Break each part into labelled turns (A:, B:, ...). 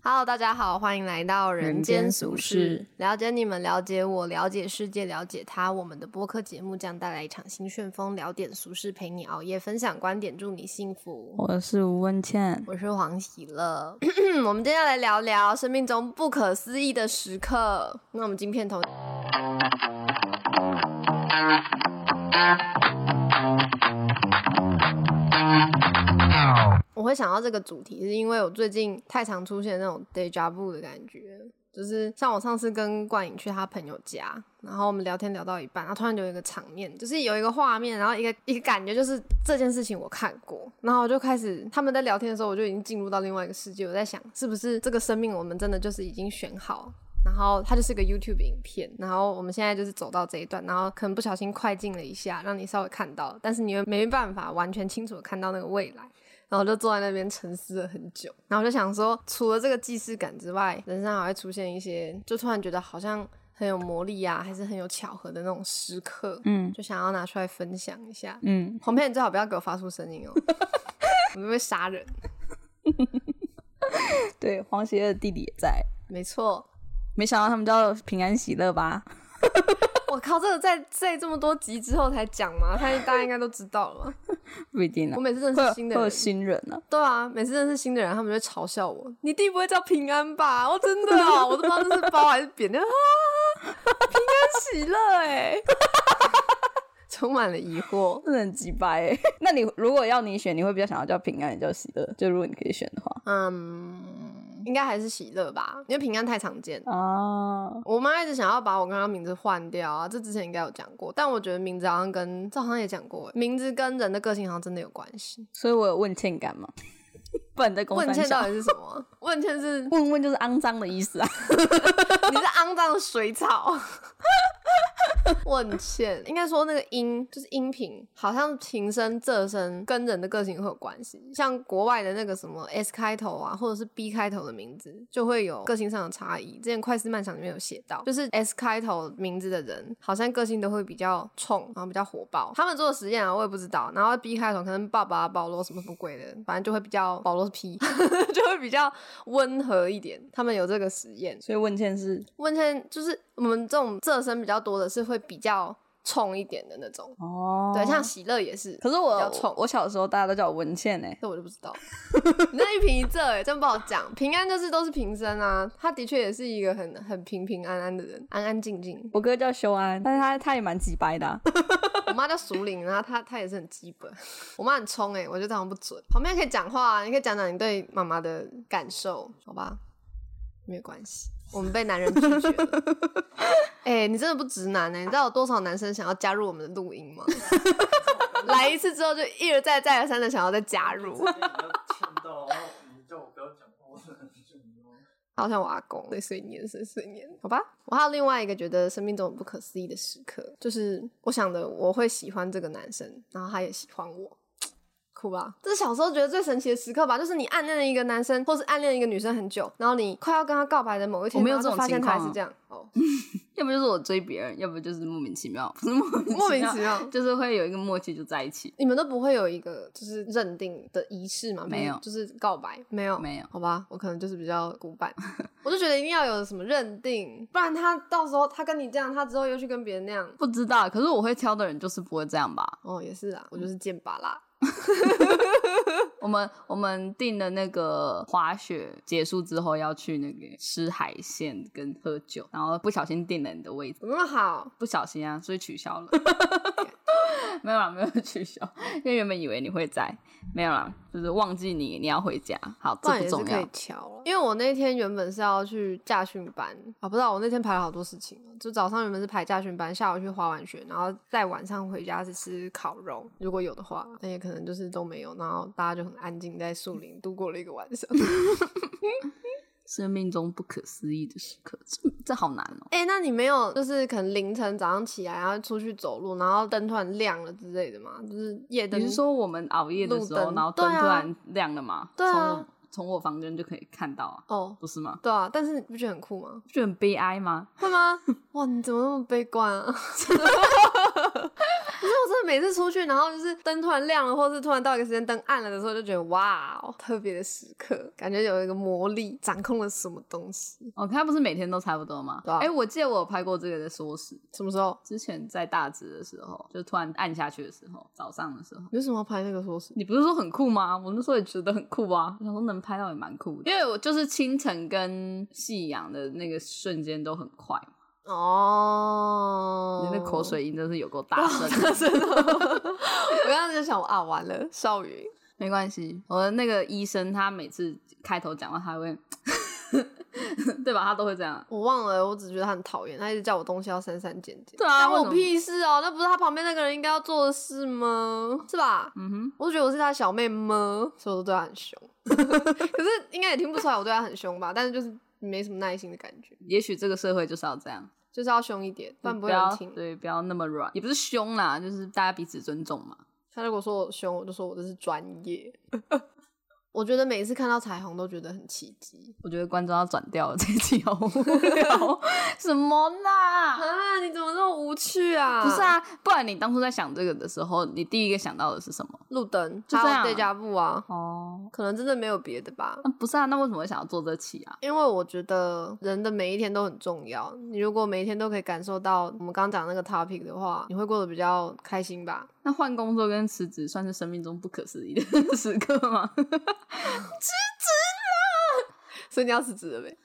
A: Hello，大家好，欢迎来到人间俗
B: 人
A: 世
B: 间俗世，
A: 了解你们，了解我，了解世界，了解他。我们的播客节目将带来一场新旋风，聊点俗事，陪你熬夜，分享观点，祝你幸福。
B: 我是吴文倩，
A: 我是黄喜乐， 我们接下来聊聊生命中不可思议的时刻。那我们今天头我会想到这个主题，是因为我最近太常出现那种 deja vu 的感觉，就是像我上次跟冠颖去他朋友家，然后我们聊天聊到一半，然后突然有一个场面，就是有一个画面，然后一个一个感觉，就是这件事情我看过，然后我就开始他们在聊天的时候，我就已经进入到另外一个世界，我在想是不是这个生命我们真的就是已经选好。然后它就是一个 YouTube 影片，然后我们现在就是走到这一段，然后可能不小心快进了一下，让你稍微看到，但是你又没办法完全清楚地看到那个未来。然后我就坐在那边沉思了很久。然后我就想说，除了这个既视感之外，人生还会出现一些，就突然觉得好像很有魔力啊，还是很有巧合的那种时刻，
B: 嗯
A: 就想要拿出来分享一下。
B: 嗯，
A: 黄片，你最好不要给我发出声音哦， 我们会杀人。
B: 对，黄喜乐的弟弟也在，
A: 没错，
B: 没想到他们叫平安喜乐吧？
A: 我靠，这个在在这么多集之后才讲嘛，他大家应该都知道了嘛。
B: 不一定啊
A: 我，每次认
B: 会有
A: 识新的
B: 会有
A: 人，
B: 新人呢、
A: 对啊，每次认识新的人，他们就会嘲笑我：“你弟不会叫平安吧？”我真的哦，我都不知道这是包还是扁的，啊，平安喜乐哎、 充满了疑惑。
B: 真的很鸡掰欸。 那你如果要你选，你会比较想要叫平安，还是叫喜乐？就如果你可以选的话
A: 嗯，应该还是喜乐吧，因为平安太常见。
B: 啊，
A: 我妈一直想要把我刚刚名字换掉啊，这之前应该有讲过，但我觉得名字好像跟这好像也讲过欸，名字跟人的个性好像真的有关系。
B: 所以我有问欠感嘛， 不然你在公
A: 问
B: 三
A: 倩
B: 小
A: 到底是什么 啊？问倩是
B: 问问就是肮脏的意思啊。
A: 你是肮脏的水草。 我很欠，应该说那个音就是音频，好像琴声、仄声跟人的个性会有关系。像国外的那个什么 S 开头啊，或者是 B 开头的名字，就会有个性上的差异。之前《快思慢想》里面有写到，就是 S 开头名字的人，好像个性都会比较冲，然后比较火爆。他们做的实验啊，我也不知道。然后 B 开头可能爸爸、保罗什么什么鬼的，反正就会比较保罗是 P，就 会比较温和一点。他们有这个实验，
B: 所以问欠是
A: 温倩就是我们这种仄声比较多的是会比较冲一点的那种，
B: 哦
A: 对，像喜乐也是，
B: 可
A: 比
B: 是
A: 较
B: 我
A: 冲
B: 我小时候大家都叫我文倩哎、。
A: 这我就不知道。你那一平一仄哎，真不好讲。平安就是都是平声啊，他的确也是一个很很平平安安的人，安安静静
B: 我哥叫修安，但是他他也蛮鸡掰的、啊。
A: 我妈叫熟龄，然后她她也是很基本。我妈很冲哎，我觉得这好像不准。旁边可以讲话、啊，你可以讲讲你对妈妈的感受，好吧？没有关系，我们被男人拒绝了。哎、你真的不直男呢、你知道有多少男生想要加入我们的录 音吗？来一次之后就一而再再而三的想要再加入，
C: 你要听到，然后你叫我不要讲话，我很重要。
A: 好像我阿公碎碎念碎碎念，好吧。我还有另外一个觉得生命中不可思议的时刻，就是我想的我会喜欢这个男生，然后他也喜欢我。哭吧，这是小时候觉得最神奇的时刻吧，就是你暗恋了一个男生，或是暗恋一个女生很久，然后你快要跟他告白的某一天，
B: 我没有
A: 然后就
B: 这种
A: 发现
B: 情
A: 他还
B: 况
A: 是
B: 啊
A: 这样，哦，
B: 要不就是我追别人，要不就是莫名其妙，不是莫名其 妙
A: 莫名其妙，
B: 就是会有一个默契就在一起。
A: 你们都不会有一个就是认定的仪式吗？
B: 没有
A: 就是告白，没有，
B: 没有
A: 好吧，我可能就是比较古 板，我就觉得一定要有什么认定，不然他到时候他跟你这样，他之后又去跟别人那样，
B: 不知道，可是我会挑的人就是不会这样吧？
A: 哦，也是啊，我就是剑拔啦。
B: 我们我们订的那个滑雪结束之后要去那个吃海鲜跟喝酒，然后不小心订了你的位置，
A: 怎么那么好？
B: 不小心啊，所以取消了。 没有啦，没有取消，因为原本以为你会在，没有啦，就是忘记你，你要回家。好，
A: 不
B: 这
A: 然
B: 不
A: 也是
B: 重
A: 可
B: 要
A: 以。调啊因为我那天原本是要去驾训班啊，不知道我那天排了好多事情哦，就早上原本是排驾训班，下午去滑完雪，然后再晚上回家是吃烤肉，如果有的话，但也可能就是都没有，然后大家就很安静在树林度过了一个晚上。
B: 生命中不可思议的时刻，这这好难哦、
A: 哎、那你没有就是可能凌晨早上起来，然后出去走路，然后灯突然亮了之类的吗？就是夜灯？
B: 你是说我们熬夜的时
A: 路
B: 候，
A: 灯
B: 然后
A: 对
B: 嗯灯
A: 啊
B: 突然亮了吗？
A: 对啊
B: 从我从我房间就可以看到啊，
A: 哦，
B: 不是吗？
A: 对啊，但是你不觉得很酷吗？
B: 不觉得很悲哀吗？
A: 会吗？哇，你怎么那么悲观啊？可是我真真的每次出去，然后就是灯突然亮了，或是突然到一个时间灯暗了的时候，就觉得哇哦，特别的时刻，感觉有一个魔力掌控了什么东西。
B: 哦，它不是每天都差不多吗？
A: 对啊
B: 哎、我记得我有拍过这个的缩时，
A: 什么时候？
B: 之前在大直的时候，就突然按下去的时候，早上的时候。
A: 你为什么要拍那个说是？
B: 你不是说很酷吗？我那时候也觉得很酷啊，我想说能拍到也蛮酷的，因为我就是清晨跟夕阳的那个瞬间都很快，
A: 哦
B: 你，那口水音真是有够 大声。
A: 真的。 我刚刚就想啊，完了，少云。
B: 没关系，我的那个医生他每次开头讲话，他会， 对吧？他都会这样。
A: 我忘了，我只觉得他很讨厌，他一直叫我东西要删删减减。
B: 对啊
A: 干
B: 为什
A: 我
B: 么
A: 屁事哦、那不是他旁边那个人应该要做的事吗？是吧？
B: 嗯哼，
A: 我就觉得我是他小妹吗？所以我都对他很凶。 可是应该也听不出来我对他很凶吧？但是就是没什么耐心的感觉，
B: 也许这个社会就是要这样，
A: 就是要凶一点，不然不
B: 不
A: 会有人
B: 要
A: 听。
B: 对，不要那么软，也不是凶啦，就是大家彼此尊重嘛。
A: 他如果说我凶，我就说我这是专业。 我觉得每一次看到彩虹都觉得很奇迹
B: 我觉得观众要转掉了， 这一集好无聊，什么啦？
A: 啊！你怎么那么无趣啊？
B: 不是，啊，不然你当初在想这个的时候，你第一个想到的是什么？
A: 路灯
B: 就这样
A: 还有 deja vu 啊，
B: 哦，
A: 可能真的没有别的吧。
B: 啊、不是啊，那为什么会想要做这期啊？
A: 因为我觉得人的每一天都很重要。你如果每一天都可以感受到我们刚讲那个 topic 的话，你会过得比较开心吧？
B: 那换工作跟辞职算是生命中不可思议的 时刻吗？
A: 所以你要辞职了呗？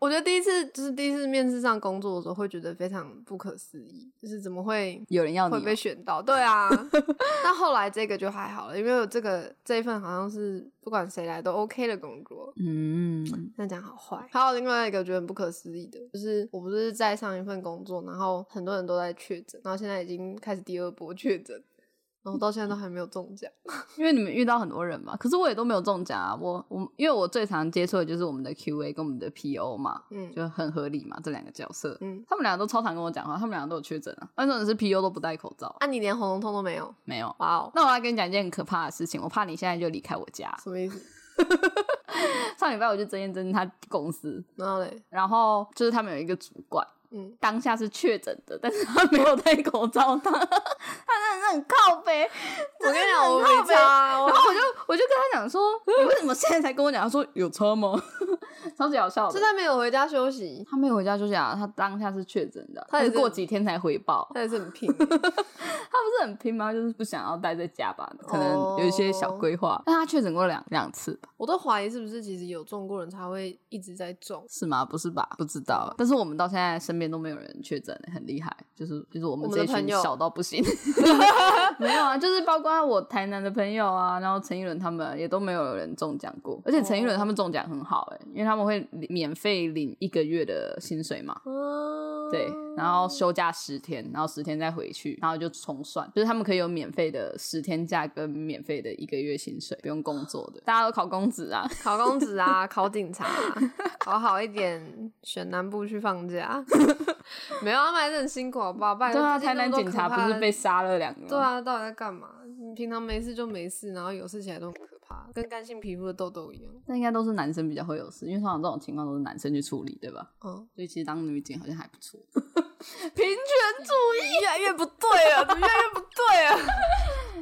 A: 我觉得第一次就是第一次面试上工作的时候，会觉得非常不可思议，就是怎么会
B: 有人要你、
A: 会
B: 哦？
A: 被选到？对 啊，那后来这个就还好了，因为我这个这一份好像是不管谁来都 OK 的工作。
B: 嗯，
A: 那讲好坏。还有另外一个我觉得很不可思议的，就是我不是在上一份工作，然后很多人都在确诊，然后现在已经开始第二波确诊，然后到现在都还没有中奖。
B: 因为你们遇到很多人嘛，可是我也都没有中奖啊。我我因为我最常接触的就是我们的 QA 跟我们的 PO 嘛，
A: 嗯
B: 就很合理嘛，这两个角色，
A: 嗯，
B: 他们俩都超常跟我讲话，他们俩都有确诊啊，但重点是 PO 都不戴口罩，
A: 啊，你连喉咙痛都没有，
B: 没有。
A: 哇哦，
B: 那我要跟你讲一件很可怕的事情，我怕你现在就离开我家。
A: 什么意思？
B: 上礼拜我就真真真他公司，
A: 然后嘞，
B: 然后就是他们有一个主管，
A: 嗯，
B: 当下是确诊的，但是他没有戴口罩，他他真的是很靠背。
A: 我跟你讲，我
B: 真的很
A: 没
B: 靠北
A: 差啊，我
B: 然后我就我就跟他讲 说，你为什么现在才跟我讲？他说有车吗？ 超级好笑
A: 就
B: 的。
A: 算没有回家休息，
B: 他没有回家就讲，他当下是确诊的，
A: 他也
B: 是
A: 是
B: 过几天才回报。
A: 他也是很 拼欸，
B: 他不是很拼吗？就是不想要待在家吧，可能
A: 哦
B: 有一些小规划。但他确诊过两两次吧，
A: 我都怀疑是不是其实有中过人才会一直在中。
B: 是吗？不是吧？不知道。啊但是我们到现在身边都没有人确诊，很厉害。就是就是我们
A: 我们
B: 这
A: 的
B: 一群
A: 朋友
B: 小到不 行，没有啊，就是包括我台南的朋友啊，然后陈一伦他们也都没有人中奖过，而且陈一伦他们中奖很好哎、因为他们会领免费领一个月的薪水嘛。
A: 嗯，
B: 哦对，然后休假十天，然后十天再回去，然后就重算，就是他们可以有免费的十天假跟免费的一个月薪水，不用工作的。大家都考公职啊，
A: 考公职啊，考警察、啊， 考好一点，选南部去放假。没有，他们还是很辛苦，好不好？拜托
B: 对啊，
A: 哎最近
B: 台
A: 那么
B: 南
A: 多
B: 警察
A: 可怕
B: 不是
A: 的
B: 被？杀了两个吗？
A: 对啊，到底在干嘛？你平常没事就没事，然后有事起来都很可怕，跟干性皮肤的痘痘一样。
B: 那应该都是男生比较会有事，因为通常这种情况都是男生去处理，对吧？
A: 嗯，
B: 所以其实当女警好像还不错。
A: 平权主义越来越不对了，怎么越来越不对了？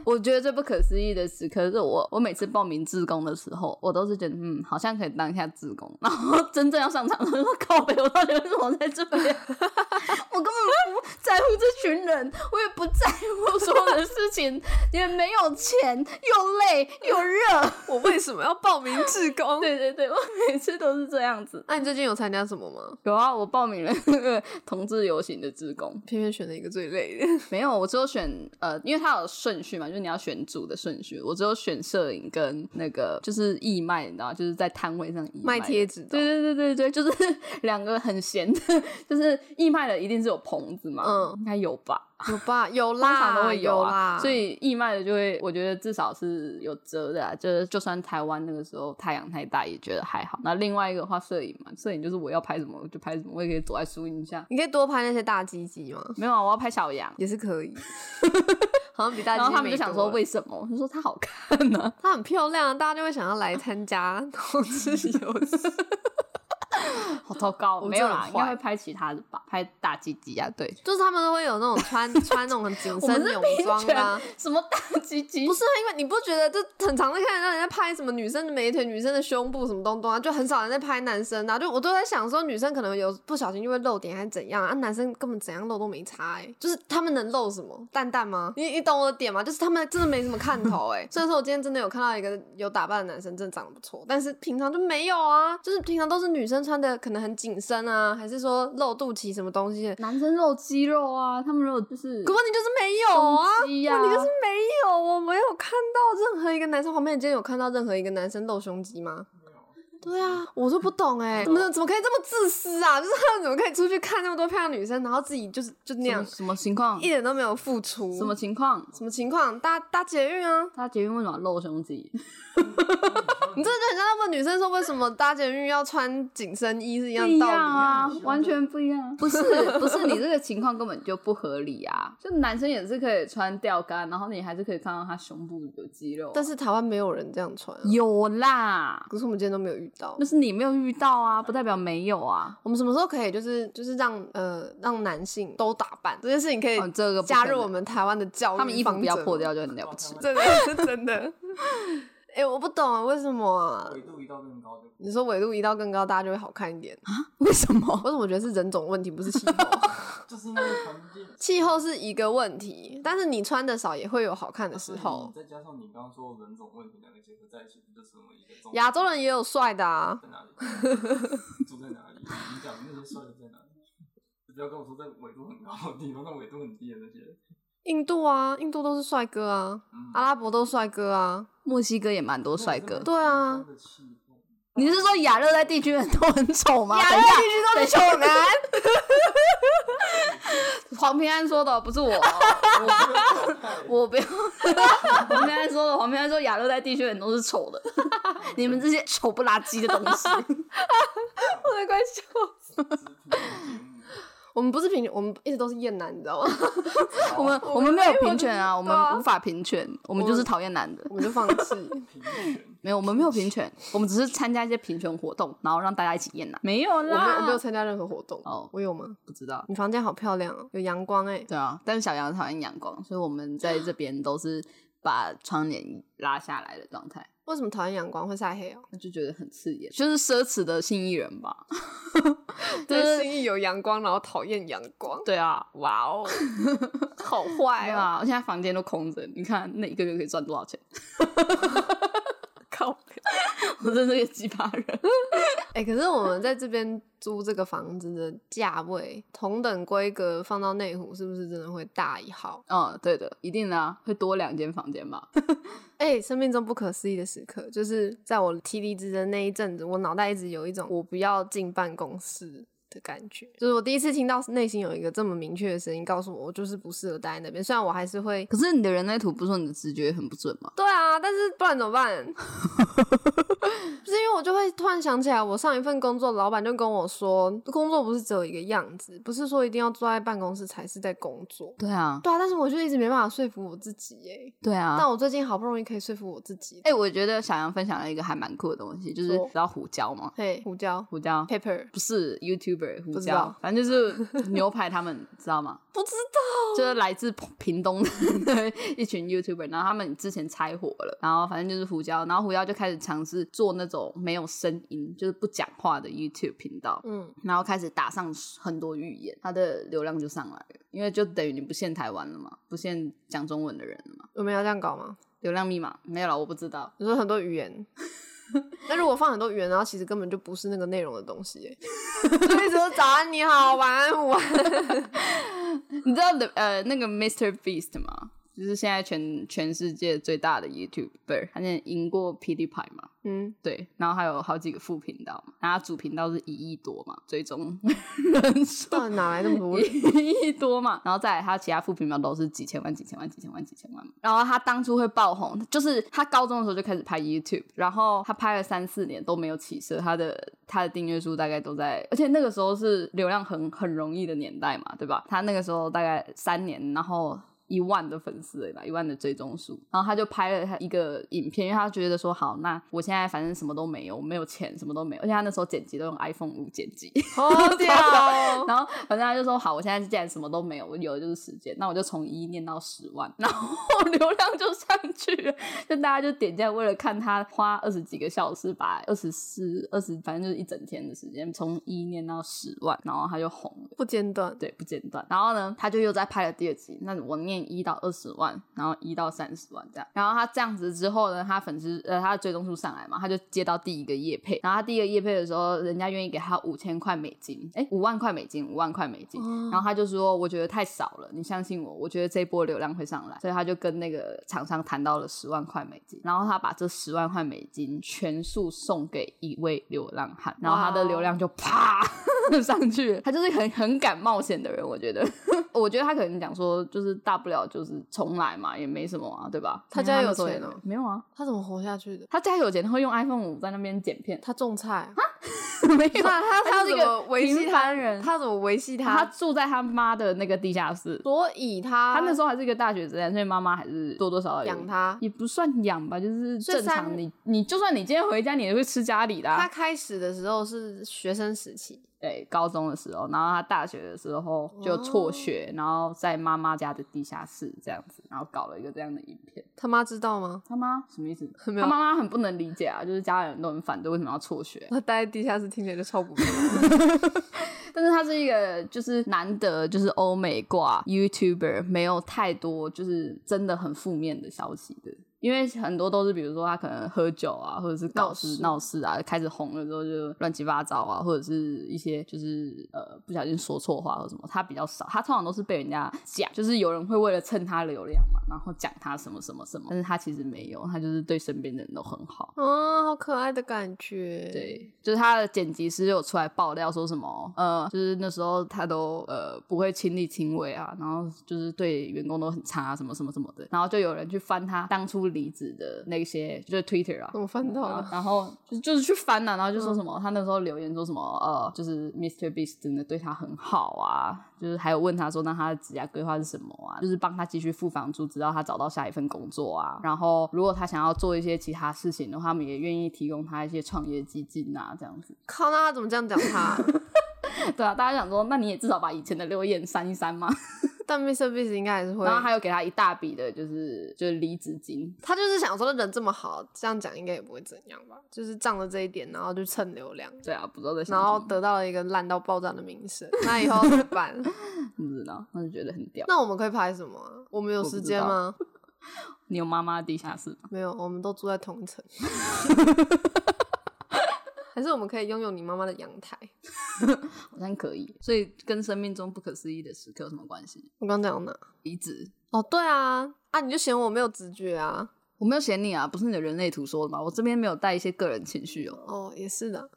B: 我觉得最不可思议的时刻是我，我每次报名志工的时候，我都是觉得嗯，好像可以当一下志工，然后真正要上场的时候，靠北，我到底为什么在这边？ 我根本不在乎这群人，我也不在乎所有的事情，也没有钱，又累又热。
A: 我为什么要报名志工？
B: 对对对，我每次都是这样子。
A: 那你最近有参加什么吗？
B: 有啊，我报名了那个同志游行的志工，
A: 偏偏选了一个最累的。
B: 没有，我只有选呃，因为它有顺序嘛，就是你要选组的顺序。我只有选摄影跟那个就是义卖，你知道吗，就是在摊位上义
A: 卖贴纸的
B: 对对对对对，就是 两个很闲的，就是义卖的一定是有棚子嘛，
A: 嗯
B: 应该有吧，
A: 有吧？有
B: 通常
A: 啦，
B: 都会
A: 有
B: 啊。
A: 啦。
B: 所以义卖的就会，我觉得至少是有遮的、啊，就是就算台湾那个时候太阳太大也觉得还好。那另外一个的话，摄影嘛，摄影就是我要拍什么我就拍什么，我也可以躲在树荫下。
A: 你可以多拍那些大鸡鸡吗？
B: 没有啊，我要拍小羊。
A: 也是可 以，好像比大家。
B: 然后他们就想说为什么？他说它好看呢、
A: 她很漂亮，大家就会想要来参加同志游戏。
B: 好头高
A: 我
B: 没有
A: 真的
B: 啦，
A: 很
B: 应该
A: 坏
B: 会拍其他的吧，拍大鸡鸡啊，对，
A: 就是他们会有那种穿穿那种很紧
B: 我们
A: 身
B: 是
A: 泳
B: 平
A: 装的、啊
B: 权。， 什么大鸡鸡
A: 不？是啊，因为你不觉得这很常在看让人家拍什么女生的美腿、女生的胸部什么东东啊，就很少人在拍男生啊。就我都在想说，女生可能有不小心就会露点还是怎样啊，啊男生根本怎样露都没差哎、就是他们能露什么蛋蛋吗？你你懂我的点吗？就是他们真的没什么看头哎、虽然说我今天真的有看到一个有打扮的男生，真的长得不错，但是平常就没有啊，就是平常都是女生穿的可能很紧身啊，还是说露肚脐什么东西的，
B: 男生露肌肉啊，他们如果就是
A: 可问题就是没有啊，
B: 胸肌啊
A: 问题就是没有，我没有看到任何一个男生。黄妹，你今天有看到任何一个男生露胸肌吗？对啊，我都不懂哎、 怎么怎么可以这么自私啊？ 就是他们怎么可以出去看那么多漂亮女生，然后自己就是就那
B: 什
A: 样
B: 么，什么情况
A: 一？点都没有付出？
B: 什么情况？
A: 什么情况？搭搭捷运啊？
B: 他捷运为什么要露胸肌？
A: 你这就很像在问女生说为什么搭捷运要穿紧身衣是一样
B: 不
A: 的
B: 一
A: 道
B: 样
A: 理
B: 啊
A: 啊？，
B: 完全不一样。 不是不是，你这个情况根本就不合理啊！就男生也是可以穿吊杆，然后你还是可以看到他胸部有肌肉啊、
A: 但是台湾没有人这样穿、啊，
B: 有啦，
A: 可是我们今天都没有遇 到
B: 那。是你没有遇到啊，不代表没有啊。
A: 我们什么时候可以就是就是让呃让男性都打扮这件事情可以
B: 哦这个不
A: 加
B: 可
A: 入
B: 能
A: 我们台湾的教育，
B: 他们衣服不要破，掉就很了不起。
A: 真的真的。哎、我不懂啊，为什么啊、
C: 纬度移到更高的，
A: 你说纬度移到更高，大家就会好看一点？
B: 为什么？
A: 我怎么觉得是人种问题，不是气候？
C: 就是因为环境。
A: 气候是一个问题，但是你穿的少也会有好看的
B: 哦
A: 时候。
C: 再加上你刚刚说人种问题，两个结合在一起，不就成为一个
B: 嗯
C: 中
A: 亚洲人也有帅的啊，
C: 在 哪里？住在哪里？你讲那些帅的在哪里？你不要跟我说在纬度很高的地方，那纬度很低的那些。
A: 印度啊，印度都是帅哥啊，
C: 嗯，
A: 阿拉伯都是帅哥啊，
B: 墨西哥也蛮多帅哥。
A: 对啊。
B: 你是说亚热带地区人都很丑吗？
A: 亚
B: 等
A: 洲
B: 一下
A: 地区都是丑男。
B: 黄平安说的，不是 我哦，我我不要。黄平安说的，黄平安说亚热带地区人都是丑 的，你们这些丑不拉几的东 西。
A: 我的快笑死！ 我们不是平，我们一直都是厌男，你知道吗？
B: 我们我们没有平权啊，我们无法平权，我们
A: 我
B: 就是讨厌男的。
A: 我们就放弃。
B: 没有，我们没有平权，我们只是参加一些平权活动，然后让大家一起厌男。没有
A: 我没有，我没有
B: 啦，
A: 参加任何活动。
B: 哦
A: 我有吗？
B: 不知道。
A: 你房间好漂亮哦，有阳光哎、
B: 对啊，但是小杨讨厌阳光，所以我们在这边都 是把窗帘拉下来的状态。
A: 为什么讨厌阳光会晒黑哦？
B: 那就觉得很刺眼，就是奢侈的新艺人 吧。
A: 对，心意有阳光，然后讨厌阳光，
B: 对啊，哇哦，
A: 好
B: 没
A: 坏
B: 有
A: 啊！
B: 啊，我现在房间都空着，你看那一个月可以赚多 少钱？
A: 靠！
B: 我真是个鸡巴人。
A: 哎、可是我们在这边租这个房子的价位，同等规格放到内湖，是不是真的会大一号？
B: 嗯，对的，一定的、啊，会多两间房间吧？
A: 哎、生命中不可思议的时刻，就是在我提离职的那一阵子，我脑袋一直有一种我不要进办公室的感觉，就是我第一次听到内心有一个这么明确的声音告诉我，我就是不适合待在那边。虽然我还是会，
B: 可是你的人类图不是说你的直觉很不准吗？
A: 对啊，但是不然怎么办？不是因为我就会突然想起来，我上一份工作，老板就跟我说，工作不是只有一个样子，不是说一定要坐在办公室才是在工作。
B: 对啊，
A: 对啊，但是我就一直没办法说服我自己耶。
B: 对啊。
A: 但我最近好不容易可以说服我自己，
B: 哎、我觉得小杨分享了一个还蛮酷的东西，就是
A: 说
B: 知道胡椒吗？
A: 嘿，胡椒
B: 胡椒
A: pepper
B: 不是 YouTuber 胡
A: 不知
B: 椒
A: 道，
B: 反正就是 牛排他们知道吗？
A: 不知
B: 就是来自屏东
A: 嗯
B: 的一群 YouTuber，然后他们之前拆伙了，然后反正就是胡椒，然后胡椒就开始尝试做那种没有声音，就是不讲话的 YouTube 频道，
A: 嗯，
B: 然后开始打上很多预言，他的流量就上来了，因为就等于你不限台湾了嘛，不限讲中文的人了嘛，
A: 我们要这样搞吗？
B: 流量密码没有了，我不知道，
A: 你说很多语言，但如果放很多语言，然后其实根本就不是那个内容的东西 耶，就一直说早安、你好、晚安、午安。
B: 你知道的呃那个 Mr Beast 吗？就是现在全全世界最大的 YouTuber，他现在赢过霹雳牌嘛？
A: 嗯，
B: 对，然后还有好几个副频道嘛，然后它主频道是一亿多嘛，最终人数
A: 到底哪来那么多人？
B: 一亿多嘛，然后再来他其他副频道都是几千万、几千万、几千万、几千万嘛。然后他当初会爆红，就是他高中的时候就开始拍 YouTube，然后他拍了三四年都没有起色，他的他的订阅数大概都在，而且那个时候是流量很很容易的年代嘛，对吧？他那个时候大概三年，然后。一万的粉丝而已吧，一万的追踪数。然后他就拍了他一个影片，因为他觉得说好，那我现在反正什么都没有，我没有钱，什么都没有，而且他那时候剪辑都用 iPhone 五剪辑。
A: 好屌哦！
B: 然后反正他就说好，我现在既然什么都没有，我有的就是时间，那我就从一念到十万，然后流量就上去了，就大家就点进来，为了看他花二十几个小时，把二十四、二十，反正就是一整天的时间，从一念到十万，然后他就红了。
A: 不间断，
B: 对，不间断。然后呢，他就又再拍了第二集。那我念一到二十万，然后一到三十万这样。然后他这样子之后呢，他粉丝呃他的追踪数上来嘛，他就接到第一个业配。然后他第一个业配的时候，人家愿意给他五千块美金，哎，五万块美金，五万块美金。然后他就说，我觉得太少了，你相信我，我觉得这一波流量会上来。所以他就跟那个厂商谈到了十万块美金，然后他把这十万块美金全数送给一位流浪汉，然后他的流
A: 哦
B: 量就啪。 上去，他就是很很敢冒险的人，我觉得， 我觉得他可能讲说，就是大不了就是重来嘛，也没什么啊，对吧？
A: 他家
B: 因为
A: 有
B: 那时候
A: 钱
B: 也
A: 哦
B: 没有啊，
A: 他怎么活下去的？
B: 他家有钱，他会用 iPhone 五在那边剪片，
A: 他种菜啊，
B: 没有，
A: 那 他他
B: 就是
A: 怎
B: 一个
A: 么维系
B: 平
A: 他
B: 凡 人
A: 他怎么维系
B: 他
A: 他？
B: 住在他妈的那个地下室。
A: 所以他
B: 他那时候还是一个大学生，所以妈妈还是多多少少有
A: 养他
B: 也不算养吧，就是
A: 所以
B: 正常
A: 三
B: 你。你就算你今天回家，你也会吃家里的、啊。
A: 他开始的时候是学生时期，
B: 对，高中的时候，然后他大学的时候就辍学，
A: 哦
B: 然后在妈妈家的地下室这样子，然后搞了一个这样的影片。
A: 他妈知道吗？
B: 他妈什么意思？他
A: 没有
B: 妈妈很不能理解啊，就是家人都很反对，为什么要辍学？
A: 他待在地下室听起来就超 不妙。
B: 但是他是一个就是难得就是欧美挂 YouTuber 没有太多就是真的很负面的消息的，因为很多都是比如说他可能喝酒啊，或者是搞事
A: 闹
B: 闹事啊，开始红了之后就乱七八糟啊，或者是一些就是呃不小心说错话或什么，他比较少，他通常都是被人家讲，就是有人会为了蹭他流量嘛，然后讲他什么什么什么，但是他其实没有，他就是对身边的人都很好。
A: 啊，好可爱的感觉。，
B: 对，就是他的剪辑师有出来爆料说什么，呃，就是那时候他都呃不会亲力亲为啊，然后就是对员工都很差、啊什么什么什么的，然后就有人去翻他当初离职的那些，就是 Twitter 啊，
A: 我翻到
B: 然
A: 了
B: 后，然后就就是去翻了、然后就
A: 嗯
B: 说什么、他那时候留言说什么呃，就是 Mr. Beast 真的对他很好啊，就是还有问他说那他的职业规划是什么啊，就是帮他继续付房租，直到他找到下一份工作啊。然后如果他想要做一些其他事情的话，他们也愿意提供他一些创业基金啊，这样子。
A: 靠，那他怎么这样讲 他？
B: 对啊，大家想说，那你也至少把以前的留言删一删嘛。
A: 但 Mr. Beast 应该还是会
B: 然，后还有给他一大笔的，就是就是离职金，
A: 他就是想说人这么好，这样讲应该也不会怎样吧？就是仗着这一点，然后就蹭流量，
B: 对啊，不知道在想
A: 然后
B: 什么
A: 得到了一个烂到爆炸的名 声。那以后怎么办？
B: 不知道，那就觉得很屌。
A: 那我们可以拍什么啊、我们有
B: 我不
A: 时
B: 知
A: 间
B: 道
A: 吗？
B: 你有妈妈的地下室吗？
A: 没有，我们都住在同一层。 还是我们可以拥有你妈妈的阳台？
B: 好像可以，所以跟生命中不可思议的时刻有什么关系？
A: 我刚讲到哪？
B: 离职，
A: 哦，对啊，啊，你就嫌我没有直觉啊？
B: 我没有嫌你啊，不是你的人类图说的吗？我这边没有带一些个人情绪哦。
A: 哦，也是的，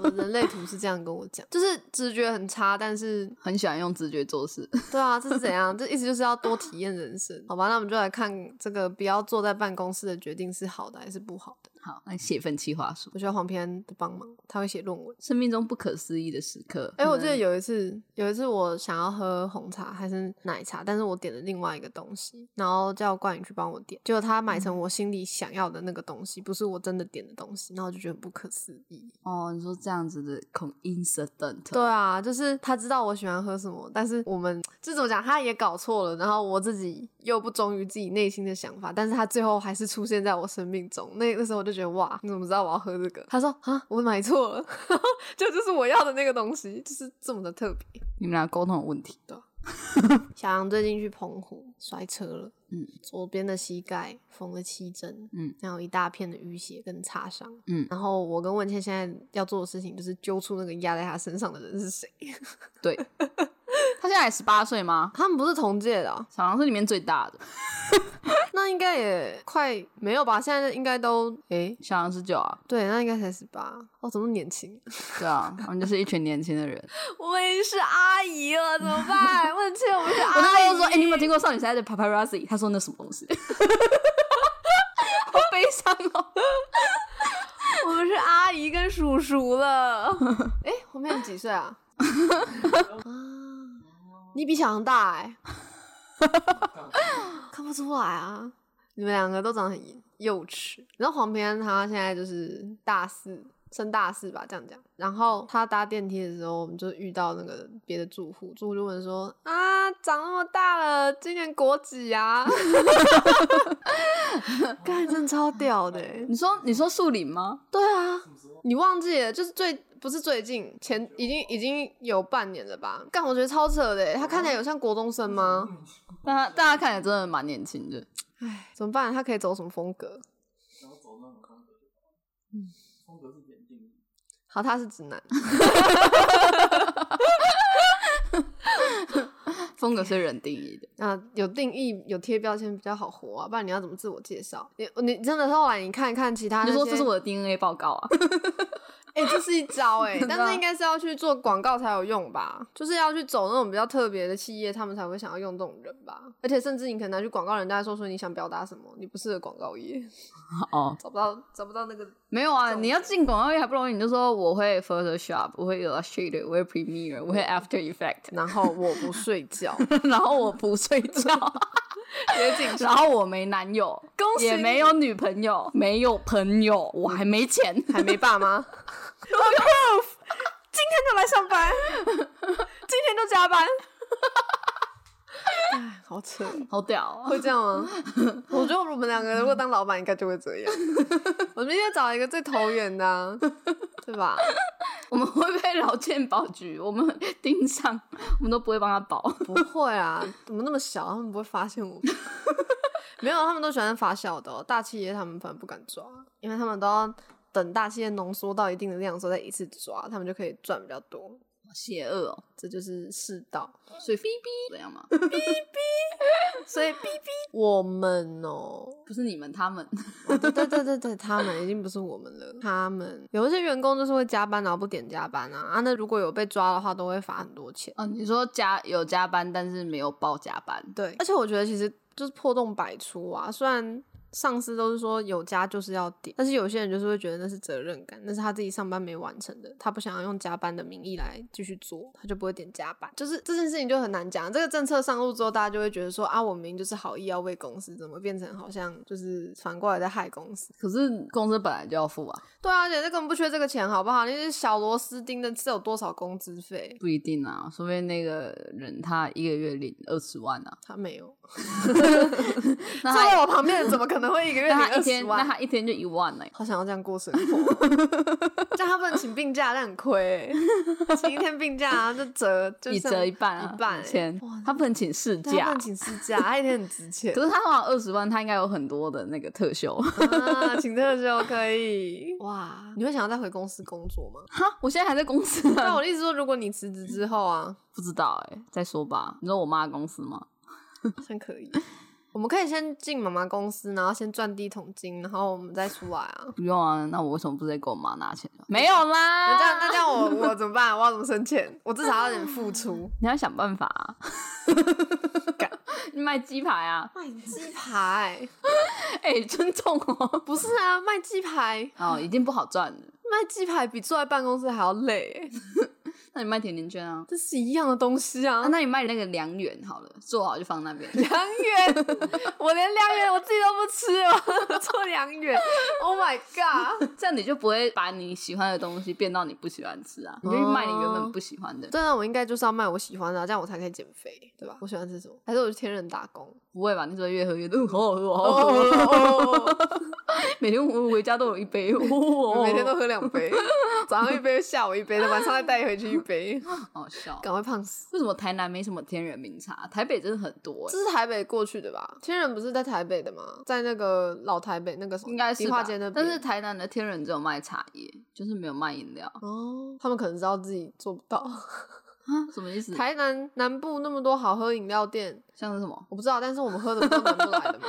A: 我的人类图是这样跟我讲，就是直觉很差，但是
B: 很喜欢用直觉做事，
A: 对啊，这是怎样？这意思就是要多体验人生，好吧？那我们就来看这个不要坐在办公室的决定是好的还是不好的。
B: 好，那写一份企划书。
A: 我需要黄平安的帮忙，他会写论文。
B: 生命中不可思议的时刻，
A: 哎、我记得
B: 嗯
A: 有一次，有一次我想要喝红茶还是奶茶，但是我点了另外一个东西，然后叫冠宇去帮我点，结果他买成我心里想要的那个东西，不是我真的点的东西，然后我就觉得很不可思议。
B: 哦，你说这样子的 coincident，
A: 对啊，就是他知道我喜欢喝什么，但是我们这怎么讲，他也搞错了，然后我自己又不忠于自己内心的想法，但是他最后还是出现在我生命中。那那时候我就觉得哇，你怎么知道我要喝这个？他说啊，我买错了， 就就是我要的那个东西，就是这么的特别。
B: 你们俩沟通有问题。
A: 小杨最近去澎湖摔车了，
B: 嗯，
A: 左边的膝盖缝了七针，
B: 嗯，
A: 然后一大片的淤血跟擦伤，
B: 嗯
A: 然后我跟文倩现在要做的事情就是揪出那个压在他身上的人是谁。
B: 对，他现在十八岁吗？
A: 他们不是同届的啊、
B: 小杨是里面最大的，
A: 那应该也快没有吧？现在应该都诶、
B: 小杨是九啊，
A: 对，那应该才十八哦，怎么那么年轻？
B: 对啊，我们就是一群年轻的人。
A: 我们已经是阿姨了，怎么办？ 文倩，我们是
B: 我那时
A: 阿
B: 候
A: 姨。
B: 说：“哎、你有没有听过少女时代的 Paparazzi？” 他说：“那什么东 西？”好悲伤哦。
A: 我们是阿姨跟叔叔了。哎、我们几岁啊？啊，你比小杨大哎、 看不出来啊！你们两个都长得很幼稚。然后黄平安他现在就是大四，升大四吧，这样讲。然后他搭电梯的时候，我们就遇到那个别的住户，住户就问说：“啊，长那么大了，今年国几啊？” 干，真的超屌的欸、
B: 你说你说树林吗？
A: 对啊，
C: 什么时候？
A: 你忘记了，就是最不是最近前已经已经有半年了吧？干，我觉得超扯的欸，他看起来有像国中生吗？
B: 大家大家看起来真的蛮年轻的，
A: 唉，怎么办？他可以走什么风格？
C: 然后走那种风格，嗯，风格是点定义。
A: 好，他是直男，
B: 风格是人定义的。
A: 啊，有定义有贴标签比较好活啊，不然你要怎么自我介绍？你你真的后来你看一看其他那
B: 你
A: 些，
B: 说这是我的 DNA 报告 啊？
A: 哎、这是一招哎、
B: 真的
A: 但是应该是要去做广告才有用吧？就是要去走那种比较特别的企业，他们才会想要用这种人吧？而且甚至你可能拿去广告，人家还说说你想表达什么，你不适合广告业，
B: 哦，
A: 找不到找不到那个
B: 没有啊，
A: 重
B: 你要进广告业还不容易，你就说我会 Photoshop，我会 Illustrator，我会 Premiere，我会 After Effect，
A: 然后我不睡 觉，
B: 然后我不睡觉，
A: 也紧
B: 然后我没男友，
A: 恭喜
B: 也
A: 你
B: 没有女朋友，没有朋友，我还没 钱，
A: 还没爸 妈。Proof，今天就来上班，今天就加班。哎，好 扯，
B: 好屌、哦！
A: 会这样吗？我觉得我们两个如果当老板，应该就会这 样。我们应该找一个最投缘的、啊，对吧？
B: 我们会被劳健保局我们 盯上，我们都不会帮他保。
A: 不会啊，怎么那么小？他们不会发现我们？ 没有，啊他们都喜欢发小的哦、大企业他们反而不敢抓，因为他们都要等大企业浓缩到一定的量的时候再一次抓，他们就可以赚比较多。
B: 邪恶哦，
A: 这就是世道。
B: 所以 B B 这样吗？
A: 所以 B B 我们哦，
B: 不是你们，他们
A: 对对对对对，他们已经不是我们了。他们有一些员工就是会加班，然后不点加班啊啊！那如果有被抓的话，都会罚很多钱。
B: 哦，你说加有加班，但是没有报加班，
A: 对，而且我觉得其实就是破洞百出啊。虽然上司都是说有加就是要点，但是有些人就是会觉得那是责任感，那是他自己上班没完成的，他不想要用加班的名义来继续做，他就不会点加班。就是这件事情就很难讲。这个政策上路之后，大家就会觉得说啊，我明明就是好意要为公司，怎么变成好像就是反过来在害公司？
B: 可是公司本来就要付啊，
A: 对啊，而且这根本不缺这个钱，好不好？那些小螺丝钉的是有多少工资费？
B: 不一定啊，说不定那个人他一个月领二十万啊，
A: 他没有，
B: 那
A: 坐在
B: 他
A: 我旁边的怎么可能会一个月
B: 那
A: 领
B: 他
A: 二
B: 一
A: 十
B: 天
A: 万？
B: 那他一天就一万呢、
A: 好想要这样过生活 哦，这样他不能请病假，那很亏 欸。请一天病假啊，就折，就
B: 一
A: 剩
B: 折一半啊，
A: 一半欸
B: 五千
A: 哇，
B: 他不能请事
A: 对他不
B: 假
A: 能，请事假，他一天很值钱
B: 可是他好像二十万，他应该有很多的那个特休。
A: 啊，请特休可以。哇，你会想要再回公司工作 吗？
B: 哈，我现在还在公司
A: 但
B: 啊，
A: 我的意思说，如果你辞职之后啊，
B: 不知道哎、再说吧。你说我妈的公司吗？
A: 好像可以。我们可以先进妈妈公司，然后先赚第一桶金，然后我们再出来啊。
B: 不用啊，那我为什么不直接给我妈拿钱？没有啦，
A: 那这样，那这样我我怎么办？我要怎么生钱？我至少要有点付 出。
B: 你要想办法、啊。你卖鸡排啊？
A: 卖鸡排？
B: 哎、尊重哦。
A: 不是啊，卖鸡排
B: 哦，已经不好赚了。
A: 卖鸡排比坐在办公室还要累欸，
B: 那你卖甜甜圈啊？
A: 这是一样的东西啊
B: 啊，。那你卖那个良缘好了，做好就放那边。
A: 良缘，我连良缘我自己都不吃哦，做良缘，Oh my god！
B: 这样你就不会把你喜欢的东西变到你不喜欢吃啊，你就去卖你原本不喜欢的，
A: 对啊，我应该就是要卖我喜欢的啊、这样我才可以减肥，对吧？我喜欢吃什么？还是我去天人打工？
B: 不会吧？你只会越喝越多，嗯好好喝，好
A: Oh，
B: 好喝，
A: 哦，
B: 每天我回家都有一杯，哦
A: 我每天都喝两杯， 早上一杯，下午一杯，晚上再带回去一杯，
B: 好笑。
A: 赶快胖死！
B: 为什么台南没什么天人名茶？台北真的很多、欸
A: 这，是台北过去的吧？天人不是在台北的吗？在那个老台北那个什么
B: 应该是
A: 迪
B: 吧
A: 化街那边。
B: 但是台南的天人只有卖茶叶，就是没有卖饮料
A: 哦，他们可能知道自己做不到。
B: 啊？什么意思？
A: 台南南部那么多好喝饮料店，
B: 像是什么？
A: 我不知道，但是我们喝的不都南部来的吗？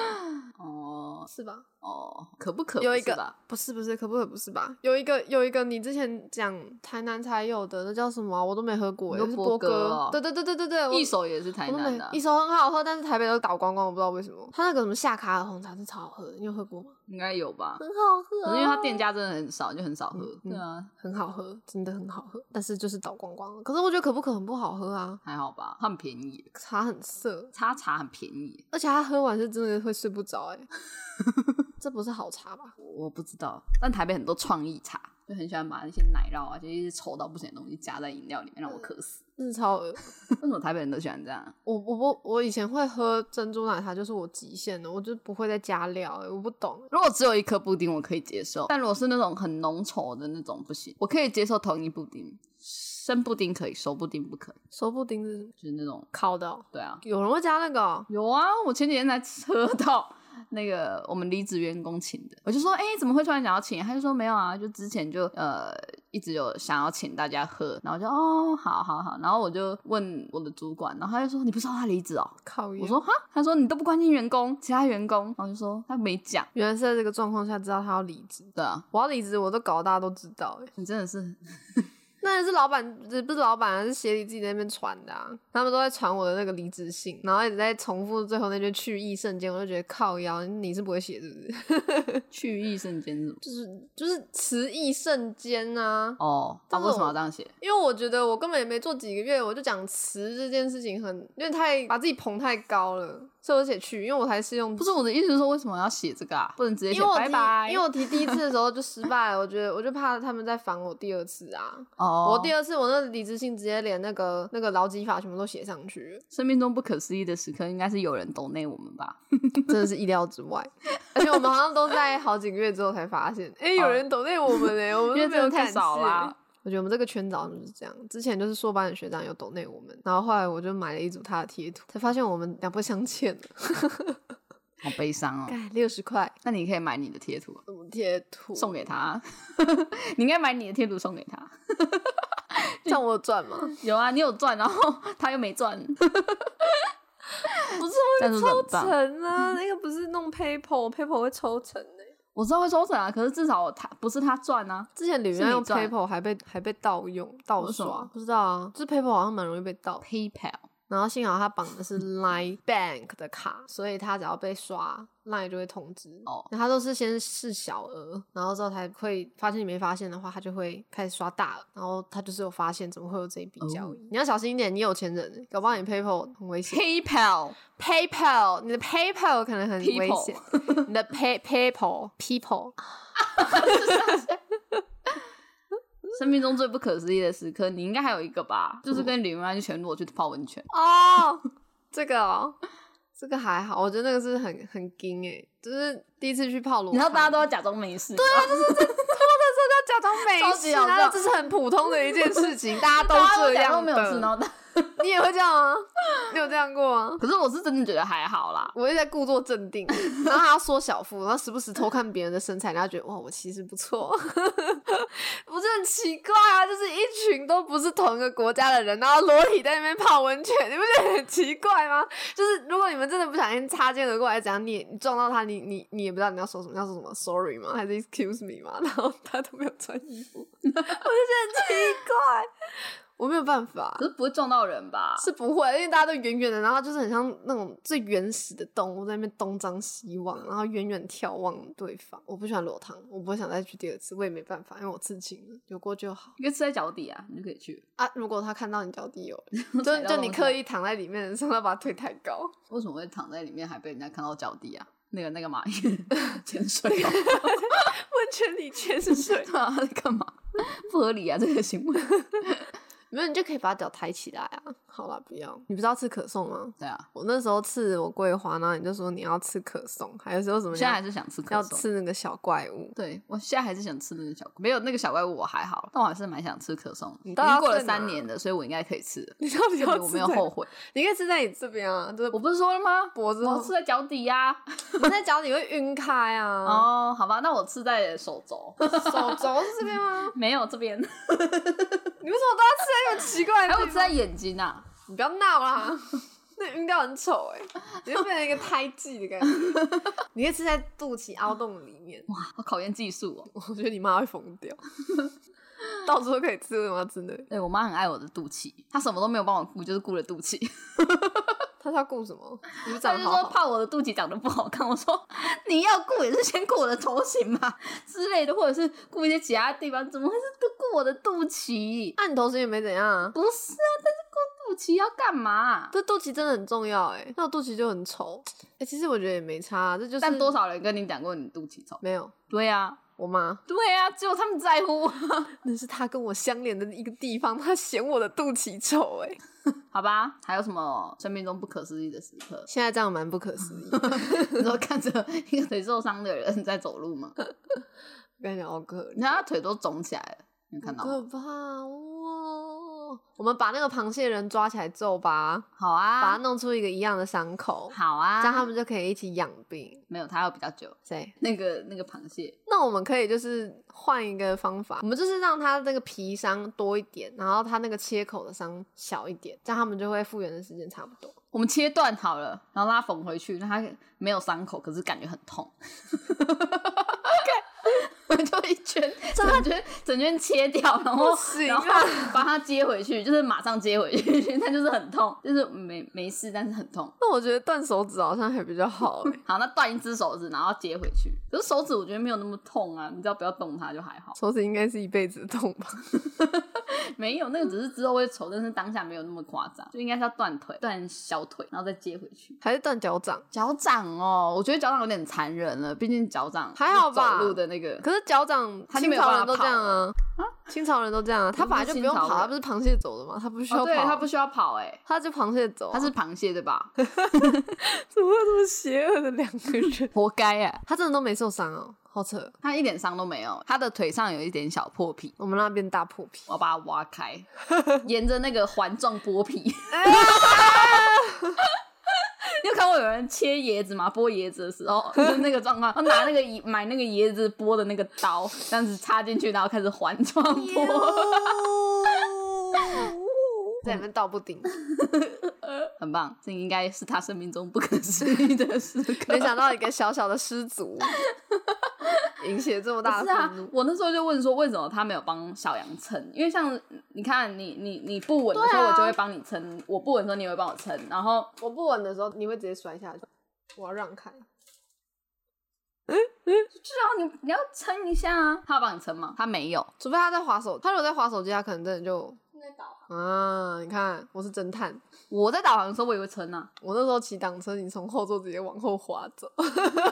B: 哦
A: 是吧？
B: 哦，可不可
A: 有一
B: 不是
A: 个
B: 吧
A: 不是不是，可不可不是吧？有一个有一个，你之前讲台南才有的，那叫什么啊、我都没喝过、
B: 你
A: 欸，
B: 说
A: 是
B: 波
A: 波
B: 哥哦
A: 对对对对对对，我
B: 一手也是台
A: 我都
B: 南
A: 没
B: 的啊，
A: 一手很好喝，但是台北都倒光光，我不知道为什么。他那个什么夏卡尔红茶是超好喝的，你有喝过吗？
B: 应该有吧？
A: 很好喝、啊
B: 可是因为它店家真的很少，就很少喝。
A: 嗯
B: 对啊，
A: 很好喝，真的很好喝，但是就是倒光光了。可是我觉得可不可很不好喝啊，
B: 还好吧，它很便宜，
A: 茶很涩，
B: 茶茶很便宜。
A: 而且他喝完是真的会睡不着 哎、这不是好茶吧？
B: 我不知道，但台北很多创意茶，就很喜欢把那些奶酪啊，就一些臭到不行的东西加在饮料里面，让我
A: 嗯
B: 渴死。
A: 真的超恶。
B: 为什么台北人都喜欢这样？啊
A: 我我不我以前会喝珍珠奶茶，就是我极限了，我就不会再加料、欸，我不懂。
B: 如果只有一颗布丁，我可以接受；但如果是那种很浓稠的那种，不行。我可以接受同一布丁，生布丁可以，熟布丁不可以，
A: 手布丁是
B: 就是那种。
A: 烤的、哦，
B: 对啊，
A: 有人会加那个、哦，
B: 有啊，我前几天才喝到那个我们离职员工请的，我就说，哎、怎么会突然想要请？他就说没有啊，就之前就呃一直有想要请大家喝，然后我就哦，好好好，然后我就问我的主管，然后他就说你不知道他离职哦，
A: 靠
B: 我
A: 我
B: 说哈，他说你都不关心员工，其他员工，然后我就说他没讲，
A: 原来是在这个状况下知道他要离职，
B: 对啊，
A: 我要离职我都搞得大家都知道、欸，
B: 你真的是
A: 那是老板，不是老板、啊，是协理自己在那边传的、啊。他们都在传我的那个离职信，然后一直在重复最后那句去意瞬间，我就觉得靠腰，你是不会写是 不是？
B: 去意瞬间是吗
A: 就是就是词意瞬间啊，
B: 哦，他
A: 但是
B: 为什么要
A: 我
B: 这样写？
A: 因为我觉得我根本也没做几个月，我就讲词这件事情很，因为太把自己捧太高了，所以我写去，因为我才是用
B: 不是我的意思是说为什么要写这个啊？不能直接
A: 因
B: 写
A: 为我
B: 拜
A: 提
B: 拜？
A: 因为我提第一次的时候就失败了，我觉得我就怕他们再烦我第二次啊。
B: 哦，
A: 我第二次我那理智性直接连那个那个劳基法全部都写上去了，
B: 生命中不可思议的时刻，应该是有人懂内我们吧？
A: 真的是意料之外。而且我们好像都在好几个月之后才发现，哎、有人懂内我们哎、我们
B: 因为
A: 都没有
B: 真的太
A: 感
B: 少
A: 谢
B: 啦。
A: 我觉得我们这个圈子好像就是这样，之前就是硕班的学长有懂内我们，然后后来我就买了一组他的贴图，才发现我们两不相欠
B: 哦
A: 了，
B: 好悲伤哦。
A: 盖六十块
B: 那你可以买你的贴图
A: 什么贴图
B: 送给他， 你应该买你的贴图送给他。
A: 这样我有赚 吗？
B: 有啊，你有赚，然后 他又 没赚，
A: 不是
B: 这样
A: 会
B: 子很
A: 抽
B: 棒
A: 成啊，那个不是弄 PayPal，PayPal 会抽成的、
B: 我知道会抽成啊，可是至少他不是他赚啊。
A: 之前李
B: 是
A: 元
B: 你
A: 用
B: 赚
A: PayPal 还被还被盗用盗
B: 为什
A: 刷
B: 么，
A: 不知道啊，就是 PayPal 好像蛮容易被盗。
B: PayPal
A: 然后幸好他绑的是 Line Bank 的卡，所以他只要被刷，Line 就会通知。
B: 哦
A: 然后他都是先试小额，然后之后才会发现你没发现的话，他就会开始刷大额。然后他就是有发现，怎么会有这一笔交
B: 哦
A: 易？你要小心一点，你有钱人，搞不好你 PayPal 很危险。
B: PayPal
A: PayPal，你的 PayPal 可能很危
B: People
A: 险， 你的 Pay PayPal people
B: 生命中最不可思议的时刻，你应该还有一个吧？就是跟李云安全裸去泡温泉。
A: 哦，这个哦，这个还好，我觉得那个是很很惊诶、欸就是第一次去泡罗，
B: 你知道大家都要假装没事，对啊，就是
A: 假装没
B: 超
A: 事，
B: 级好
A: 然后
B: 笑
A: 这是很普通的一件事 情，大家都
B: 大家
A: 这
B: 假
A: 样的。
B: 装没有事，然后大
A: 你也会这样
B: 啊
A: 吗？ 你有这样过吗？
B: 可是我是真的觉得还好啦。
A: 我也在故作镇定，然后还要缩小腹，然后时不时偷看别人的身材，然后觉得哇，我其实不错， 不是很奇怪啊？就是一群都不是同一个国家的人，然后裸体在那边泡温泉，你不觉得很奇怪吗？就是如果你们真的不小心擦肩而过，还是怎样，你也你撞到他，你你你也不知道你要说什么，要说什么 sorry 吗？还是 excuse me 吗？然后他都没有穿衣服， 我就觉得很奇怪， 我没有办法
B: 可。是不会撞到人吧？
A: 是不会，因为大家都远远的，然后就是很像那种最原始的动物在那边东张西望，然后远远眺望对方。我不喜欢裸汤，我不会想再去第二次，我也没办法，因为我刺青了，有过就好
B: 你可以吃在脚底啊，你就可以去。
A: 啊。如果他看到你脚底有，就
B: 踩到
A: 就你
B: 东西
A: 刻意躺在里面的时候，他把它推太 高，
B: 为什么会躺在里面还被人家看到脚底啊？那个那个马云潜水 哦，
A: 温泉里全是 水，
B: 对啊，他在干嘛？不合理啊，这个行为。
A: 没有你就可以把脚抬起来啊。好啦，不要，你不知道吃可颂吗？
B: 对 啊，
A: 我那时候吃我桂花，然后你就说你要吃可颂，还有说什么
B: 我
A: 你
B: 现在还
A: 要
B: 是想吃可
A: 要
B: 颂。
A: 吃那个小怪物，
B: 对我现在还是想吃那个小，没有那个小怪物我还好，但我还是蛮想吃可颂的。已
A: 你
B: 经
A: 到底要
B: 过了
A: 在哪
B: 三年了，所以我应该可以吃 了。
A: 你到底要
B: 我没有
A: 吃在
B: 后
A: 哪
B: 悔，
A: 你可以吃在你这边啊，就是
B: 我不是说了吗？
A: 脖子
B: 我
A: 后
B: 吃在脚底呀、啊。
A: 你 在脚底会晕开啊。
B: 哦，好吧，那我吃在手肘，
A: 手肘是这边吗？
B: 没有这边，
A: 你为什么都要吃在那种奇怪
B: 还
A: 的
B: 有
A: 地
B: 吃
A: 方？
B: 在眼睛啊。
A: 你不要闹啦！这晕掉很丑哎、你就变成一个胎记的感觉，你可以吃在肚脐凹洞里面。
B: 哇，好考验技术哦。
A: 我觉得你妈会疯 掉，到处都可以吃，为什么要吃那个？
B: 对我妈很爱我的肚脐，她什么都没有帮我顾，就是顾了肚脐。
A: 她是要顾什么？你不
B: 她
A: 长得
B: 就说
A: 好好，
B: 怕我的肚脐长得不好看，我说你要顾也是先顾我的头型吧之类的，或者是顾一些其他地方，怎么会是都顾我的肚脐？
A: 按头型也没怎样啊。
B: 不是啊，但是顾肚脐要干嘛啊、
A: 这肚脐真的很重要哎、那我肚脐就很丑哎、其实我觉得也没差啊，这就是
B: 但多少人跟你讲过你肚脐丑？
A: 没有
B: 对啊，
A: 我妈，
B: 对啊，只有他们在乎。
A: 那是她跟我相连的一个地方，她嫌我的肚脐丑哎、？
B: 好吧，还有什么生命中不可思议的时刻
A: 现在这样蛮不可思议的。
B: 你说看着一个腿受伤的人在走路吗？
A: 嗯我跟你讲，好可
B: 你
A: 怜，
B: 看他腿都肿起来了，你有看到
A: 好可
B: 吗？
A: 怕哦！我们把那个螃蟹人抓起来揍吧，
B: 好
A: 把它
B: 啊，
A: 弄出一个一样的伤口，
B: 好
A: 这
B: 啊，
A: 样他们就可以一起养病。
B: 没有，他要比较久。
A: 谁？
B: 那个那个螃蟹，
A: 那我们可以就是换一个方法，我们就是让它那个皮伤多一点，然后它那个切口的伤小一点，这样他们就会复原的时间差不多。
B: 我们切断好了，然后让它缝回去，让它没有伤口，可是感觉很痛。我就一圈，整圈整圈切掉，然后
A: 不行
B: 然
A: 啊
B: 后把它接回去，就是马上接回去，它就是很痛，就是没没事，但是很痛。
A: 那我觉得断手指好像还比较好、欸，
B: 好，那断一只手指，然后接回去。可是手指我觉得没有那么痛啊，你只要不要动它就还好。
A: 手指应该是一辈子的痛吧？
B: 没有，那个只是之后会丑，但是当下没有那么夸张，就应该是要断腿、断小腿，然后再接回去。
A: 还是断脚掌？
B: 脚掌哦，我觉得脚掌有点残忍了，毕竟脚掌
A: 还好吧
B: 走路的那个
A: 可是脚掌，
B: 他就
A: 清
B: 没有
A: 朝
B: 办
A: 人
B: 法
A: 都这样啊，清朝人都这样啊，他
B: 不
A: 本来
B: 是
A: 就不
B: 清
A: 用
B: 朝
A: 跑，他
B: 人
A: 不是螃蟹走的吗？他不需要
B: 哦，
A: 跑啊，
B: 对，它不需要跑、欸，哎，
A: 他就螃蟹走啊、
B: 它是螃蟹对吧？ ？
A: 怎么会有这么邪恶的两个人
B: 活该哎、啊，
A: 他真的都没受伤哦，好扯！
B: 它一点伤都没有，它的腿上有一点小破皮，
A: 我们那边大破皮，
B: 我要把它挖开，沿着那个环状剥皮。
A: 啊
B: 你有看过有人切椰子吗？剥椰子的时候就是那个状况，他拿那个椰买那个椰子剥的那个刀，这样子插进去，然后开始环状
A: 哎
B: 剥，
A: 在里面倒不顶，
B: 很棒。这应该是他生命中不可思议的时刻。
A: 没想到一个小小的失足，引起了这么大
B: 不
A: 的
B: 是啊
A: 愤怒。，
B: 我那时候就问说，为什么他没有帮小杨撑？因为像你看你，你你不稳的时候，
A: 对啊
B: 我就会帮你撑；我不稳的时候，你也会帮我撑。然后
A: 我不稳的时候，你会直接摔下去，我要让开。
B: 至少你你要撑一下啊，他有帮你撑吗？他没有，
A: 除非他在划手，他如果在划手机，他可能真的就啊！你看，我是侦探，
B: 我在导航的时候我也会撑啊，
A: 我那时候骑挡车，你从后座直接往后滑走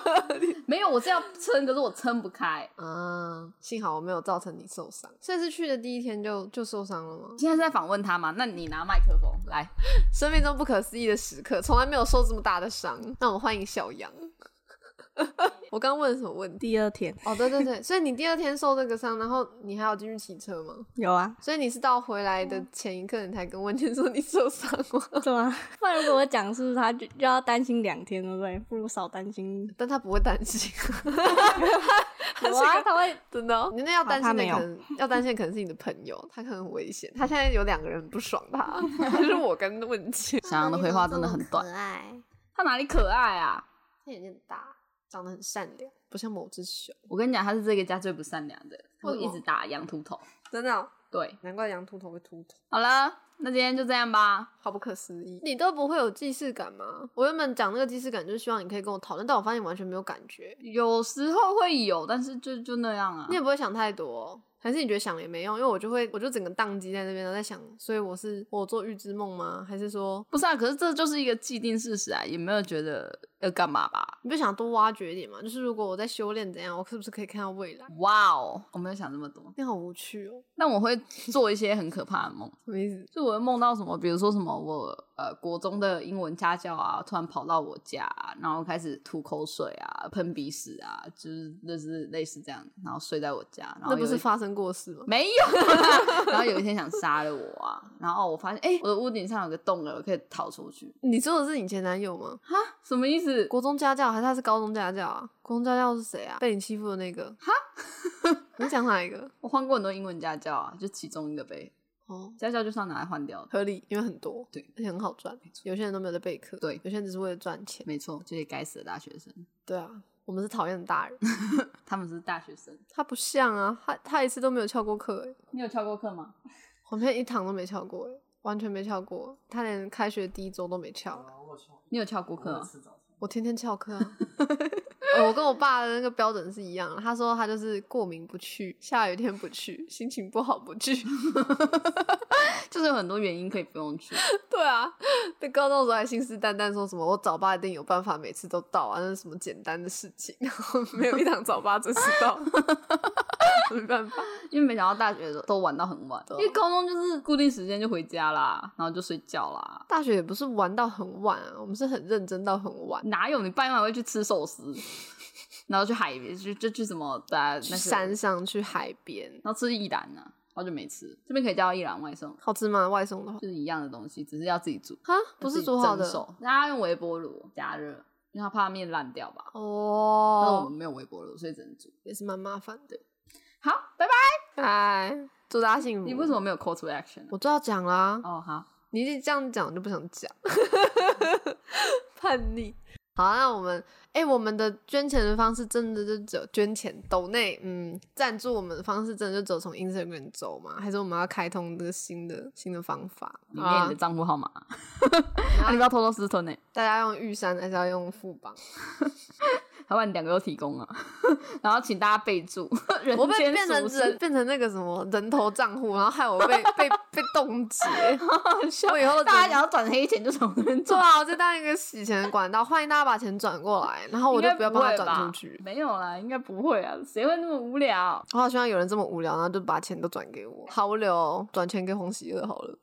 B: 没有，我是要撑，可是我撑不开。
A: 啊！幸好我没有造成你受伤。这次去的第一天就就受伤了吗
B: 你？现在是在访问他吗？那你拿麦克风来，
A: 生命中不可思议的时刻，从来没有受这么大的伤。那我们欢迎小杨。 我刚问了什么问题？
D: 第二天
A: 哦，对对对，所以你第二天受这个伤，然后你还有继续骑车吗？，
D: 有啊
A: 所以你是到回来的前一刻，你才跟温天说你受伤吗？
D: 对啊， 不然如果我讲是他就就要担心两天，对不对？不如少担心。
A: 但他不会担心，啊
D: 有啊，他会
A: 真的哦、你那要担心
D: 他
A: 的
D: 没有
A: 可能 要担心，可能是你的朋友，他可能很危险。他现在有两个人不爽 他，就是我跟温天。
B: 小杨的回话真的很短。
D: 可爱，
B: 他哪里可爱啊？
A: 他眼睛很大，长得很善良，不像某只熊。
B: 我跟你讲，他是这个家最不善良的，
A: 为
B: 我
A: 什么
B: 一直打羊秃头。
A: 真的哦、
B: 对，
A: 难怪羊秃头会秃头。
B: 好了，那今天就这样吧。
A: 好不可思议！你都不会有既视感吗？我原本讲那个既视感，就是希望你可以跟我讨论，但我发现你完全没有感觉，
B: 有时候会有，但是就就那样啊
A: 你。也不会想太多、还是你觉得想也没用？因为我就会，我就整个宕机在那边，然后在想，所以我是我做预知梦吗？还是说
B: 不是啊，可是这就是一个既定事实啊，也没有觉得要干嘛吧。
A: 你不想多挖掘一点吗？就是如果我在修炼怎样，我是不是可以看到未来？
B: 哇哦，我没有想这么多。
A: 你好无趣哦，
B: 但我会做一些很可怕的梦，
A: 什么意思？
B: 就我会梦到什么，比如说什么我呃国中的英文家教啊，突然跑到我家、啊然后开始吐口水啊、喷鼻屎啊，就是就是类似这样，然后睡在我家，然后
A: 那不
B: 有一
A: 是发生过事吗？
B: 没有啦，然后有一天想杀了我啊，然后我发现哎、诶我的屋顶上有个洞了，我可以逃出去
A: 你说的是你前男友吗？
B: 哈，什么意思？
A: 国中家教还是他是高中家教啊？国中家教是谁啊？被你欺负的 那个？哈，你讲哪一个？
B: 我换过很多英文家教啊，就其中一个呗。
A: 哦，
B: 家教就是要拿来换掉的。
A: 合理，因为很多，
B: 对，
A: 而且很好赚。有些人都没有在备课，
B: 对
A: 有些人只是为了赚钱。
B: 没错，这些该死的大学生，
A: 对啊，我们是讨厌的大人。
B: 他们是大学生。
A: 他不像啊，他他一次都没有翘过课、欸，
B: 你有翘过课吗？
A: 黄片一堂都没翘过、欸，完全没翘过。他连开学第一周都没翘，
C: 啊我去，
B: 你有翘过
C: 我
B: 课
C: 会
B: 吗？
C: 吃早餐，
A: 我天天翘课 啊。呃我跟我爸的那个标准是一样的，他说他就是过敏不去，下雨天不去，心情不好不去。
B: 就是有很多原因可以不用去。
A: 对啊，那高中的时候还信誓旦旦说什么我早八一定有办法，每次都到啊，那是什么简单的事情， 然后没有一堂早八准时到， 没办法。
B: 因为没想到大学都玩到很
A: 啊
B: 晚，因为高中就是固定时间就回家啦，然后就睡觉啦。
A: 大学也不是玩到很晚啊，我们是很认真到很晚，
B: 哪有你半夜还会去吃寿司，然后去海边，就就去什么的、啊、那
A: 去
B: 个
A: 山上去海边，
B: 然后吃一兰呢、好久没吃。这边可以叫一兰外送，
A: 好吃吗？外送的话，
B: 就是一样的东西，只是要自己煮，
A: 哈，不是煮好的
B: 要自己蒸熟，大家用微波炉加热，因为它怕面烂掉吧。但是我
A: 哦
B: 们，没有微波炉，所以只能煮。
A: 也是蛮麻烦的。
B: 好，拜拜。
A: 哎，祝大家幸福。
B: 你为什
A: 么？
B: 么没有 call to action？啊
A: 我就要讲啦、
B: 哦，好，
A: 你一这样讲，我就不想讲，
B: 哦
A: 叛逆。好，那我们哎、我们的捐钱的方式真的就只有捐钱抖内，嗯，赞助我们的方式真的就只有从 Instagram 走吗？还是我们要开通这个新的新的方法？
B: 里
A: 好啊
B: 面你的账户号码， 啊你不要偷偷私吞呢、
A: 大家用玉山还是要用富邦？
B: 还把你两个都提供了，然后请大家备注人
A: 我被
B: 间
A: 变成
B: 俗世
A: 人，变成那个什么人头账户，然后害我被 被被冻结。我以后
B: 大
A: 只能
B: 家想要转黑钱就从这边
A: 对
B: 转，
A: 啊，我就当一个洗钱的管道，欢迎大家把钱转过来，然哦后我就
B: 应该
A: 不要帮他
B: 会
A: 转出
B: 吧
A: 去。
B: 没有啦，应该不会啊，谁会那么无聊？
A: 我好希望有人这么无聊，然后就把钱都转给我，好无聊、哦，转钱给红喜二好了。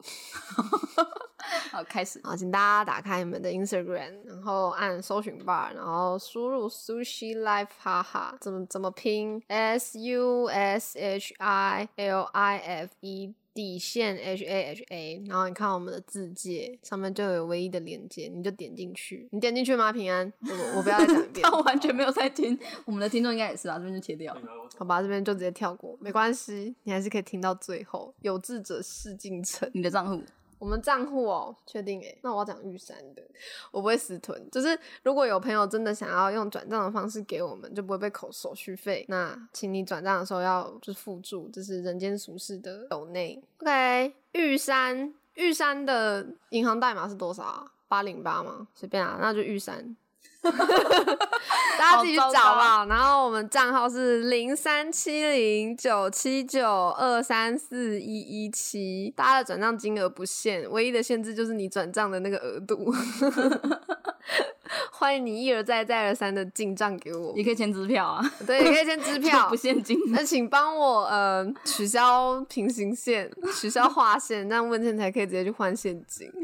B: 好，开始。
A: 好，请大家打开你们的 Instagram，然后按搜寻 bar，然后输入 sushi life 哈哈，怎么怎么拼 S U S H I L I F E 底线 H A H A，然后你看我们的字界上面就有唯一的连接，你就点进去。你点进去吗？平安，我我不要再讲一遍
B: 他。完全没有在听，我们的听众应该也是啊，这边就切掉
C: 那。个我
A: 好吧，这边就直接跳过，没关系，你还是可以听到最后。有志者事竟成。
B: 你的账户
A: 我们账户哦，确定诶。那我要讲玉山的，我不会私吞。就是如果有朋友真的想要用转账的方式给我们，就不会被扣手续费。那请你转账的时候要就是附注，这是人间俗世的抖内。OK，玉山玉山的银行代码是多少啊？八零八吗？随便啊，那就玉山。 大家自己去
B: 好糟糕
A: 找吧。然后我们账号是零三七零九七九二三四一一七，大家的转账金额不限，唯一的限制就是你转账的那个额度。欢迎你一而再再而三的进账给我
B: 也，可以签支票啊，
A: 对，也可以签支 票
B: 不。现金。
A: 那请帮我呃取消平行线，取消划线，这样问钱才可以直接去换现金。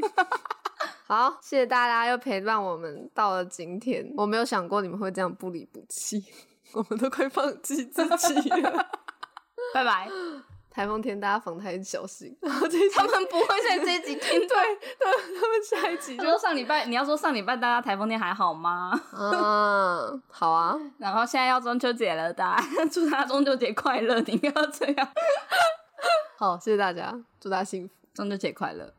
A: 好，谢谢大家又陪伴我们到了今天。我没有想过你们会这样不离不弃， 我们都快放弃自己了。
B: 拜 拜。
A: 台风天大家防台小心，然后这一集
B: 他们不会在这一集听。对，
A: 他们他们下一集
B: 你
A: 就
B: 说上礼拜，你要说上礼拜大家台风天还好吗？
A: 嗯，好啊，
B: 然后现在要中秋节了，大家 祝大家中秋节快乐！你应该要这样，
A: 好，谢谢大家，祝大家幸福。
B: 中秋节快乐。